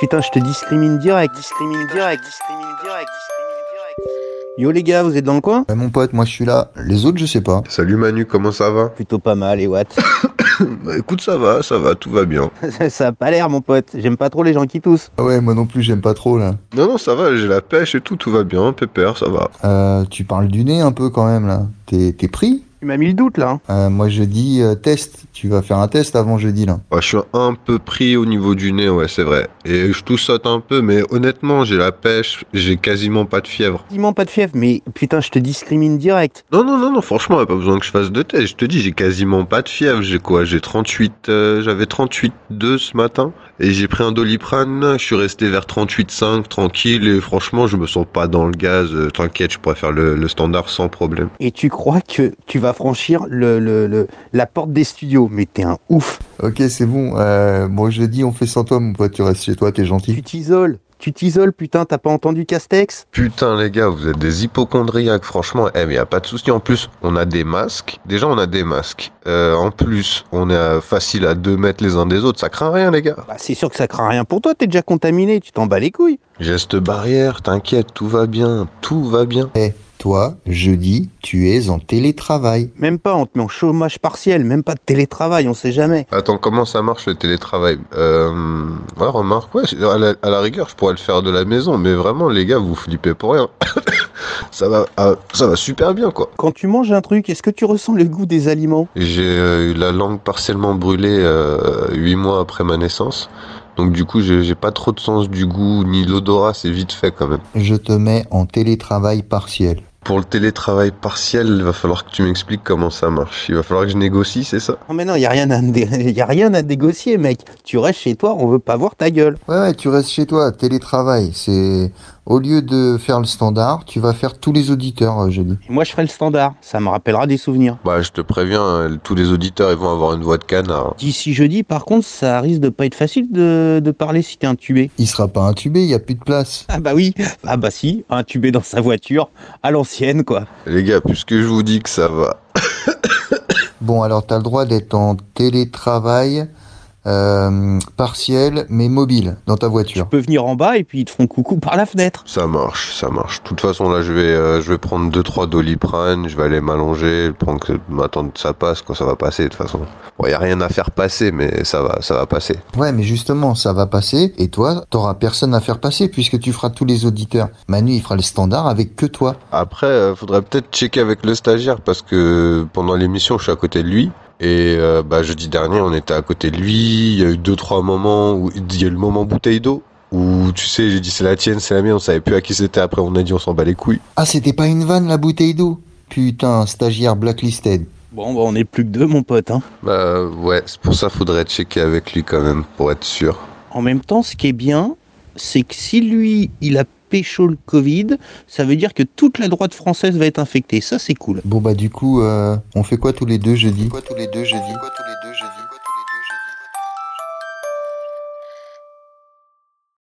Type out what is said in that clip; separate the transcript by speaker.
Speaker 1: Putain, je te discrimine direct. Discrimine direct. Yo les gars, vous êtes dans le coin
Speaker 2: Bah, mon pote, moi je suis là. Les autres, je sais pas.
Speaker 3: Salut Manu, comment ça va
Speaker 1: Plutôt pas mal, et what
Speaker 3: Bah, Écoute, ça va, ça va, tout va bien.
Speaker 1: Ça a pas l'air, mon pote. J'aime pas trop les gens qui toussent.
Speaker 2: Ah ouais, moi non plus, j'aime pas trop là.
Speaker 3: Non, non, ça va, j'ai la pêche et tout, tout va bien, pépère, ça va.
Speaker 2: Euh, tu parles du nez un peu quand même là. T'es t'es pris
Speaker 1: Tu m'as mis le doute là. hein.
Speaker 2: Euh, Moi je dis euh, test. Tu vas faire un test avant jeudi là.
Speaker 3: Ouais, Bah, je suis un peu pris au niveau du nez, ouais, c'est vrai. Et je tout saute un peu, mais honnêtement, j'ai la pêche, j'ai quasiment pas de fièvre.
Speaker 1: Dis-moi pas de fièvre, mais putain, je te discrimine direct.
Speaker 3: Non, non, non, non, franchement, y a pas besoin que je fasse de test. Je te dis, j'ai quasiment pas de fièvre. J'ai quoi J'ai 38, euh, j'avais 38,2 ce matin. Et j'ai pris un doliprane. Je suis resté vers 38,5 tranquille. Et franchement, je me sens pas dans le gaz. Euh, T'inquiète, je pourrais faire le- le standard sans problème.
Speaker 1: Et tu crois que tu vas franchir le, le- le- la porte des studios. Mais t'es un ouf.
Speaker 2: Ok, c'est bon. Euh, moi je dis, on fait sans toi, mon pote. Tu restes chez toi, t'es gentil.
Speaker 1: Tu t'isoles. Tu t'isoles, putain, t'as pas entendu Castex
Speaker 3: Putain les gars, vous êtes des hypochondriaques, franchement, eh mais y a pas de souci. En plus, on a des masques. Déjà, on a des masques. Euh, en plus, on est à- facile à 2 mètres les uns des autres, ça craint rien les gars.
Speaker 1: Bah, c'est sûr que ça craint rien pour toi, t'es déjà contaminé, tu t'en bats les couilles.
Speaker 3: Geste barrière, t'inquiète, tout va bien, tout va bien.
Speaker 2: Toi, jeudi, tu es en télétravail.
Speaker 1: Même pas, on te met en chômage partiel, même pas de télétravail, on sait jamais.
Speaker 3: Attends, comment ça marche le télétravail euh... Ouais, remarque, ouais, à la, à la rigueur, je pourrais le faire de la maison, mais vraiment les gars, vous flippez pour rien. ça, va, ah, ça va super bien quoi.
Speaker 1: Quand tu manges un truc, est-ce que tu ressens le goût des aliments
Speaker 3: J'ai euh, eu la langue partiellement brûlée euh, huit mois après ma naissance. Donc du coup, j'ai j'ai pas trop de sens du goût ni l'odorat, c'est vite fait quand même.
Speaker 2: Je te mets en télétravail partiel.
Speaker 3: Pour le télétravail partiel, il va falloir que tu m'expliques comment ça marche. Il va falloir que je négocie, c'est ça
Speaker 1: Non mais non, il y a rien à dé- y a rien à négocier, mec. Tu restes chez toi, on veut pas voir ta gueule.
Speaker 2: Ouais, ouais, tu restes chez toi, télétravail. C'est au lieu de faire le standard, tu vas faire tous les auditeurs euh, jeudi.
Speaker 1: Et moi, je ferai le standard. Ça me rappellera des souvenirs.
Speaker 3: Bah, je te préviens, hein, tous les auditeurs, ils vont avoir une voix de canard.
Speaker 1: D'ici jeudi, par contre, ça risque de pas être facile de, de parler si t'es intubé.
Speaker 2: Il sera pas intubé, il y a plus de place.
Speaker 1: Ah bah oui, ah bah si, intubé dans sa voiture, à l'ancienne quoi.
Speaker 3: Les gars, puisque je vous dis que ça va,
Speaker 2: Bon, alors t'as le droit d'être en télétravail euh, partiel, mais mobile, dans ta
Speaker 1: Tu
Speaker 2: voiture.
Speaker 1: peux venir en bas et puis ils te feront coucou par la fenêtre.
Speaker 3: ça marche, ça marche. De toute façon, là, je vais, euh, je vais prendre deux trois doliprane, je vais aller m'allonger, prendre que, m'attendre que ça passe, quand ça va passer, de toute façon. Bon, y a rien à faire passer, mais ça va, ça va passer.
Speaker 2: Ouais, mais justement, ça va passer, et toi, t'auras personne à faire passer, puisque tu feras tous les auditeurs. Manu, il fera le standard avec que toi.
Speaker 3: Après, euh, faudrait peut-être checker avec le stagiaire parce que pendant l'émission, je suis à côté de lui. Et euh, bah, jeudi dernier, on était à côté de lui. Il y a eu deux, trois moments où il y a eu le moment bouteille d'eau où tu sais, j'ai dit c'est la tienne, c'est la mienne. On savait plus à qui c'était. Après, on a dit on s'en bat les couilles.
Speaker 2: Ah, c'était pas une vanne, la bouteille d'eau Putain, stagiaire blacklisted.
Speaker 1: Bon bah on est plus que deux mon pote. Hein.
Speaker 3: Bah ouais, c'est pour ça, faudrait checker avec lui quand même pour être sûr.
Speaker 1: En même temps, ce qui est bien, c'est que si lui, il a pécho le Covid, ça veut dire que toute la droite française va être infectée. Ça c'est cool.
Speaker 2: Bon bah du coup, euh, on fait quoi tous les deux jeudi Quoi tous les deux jeudi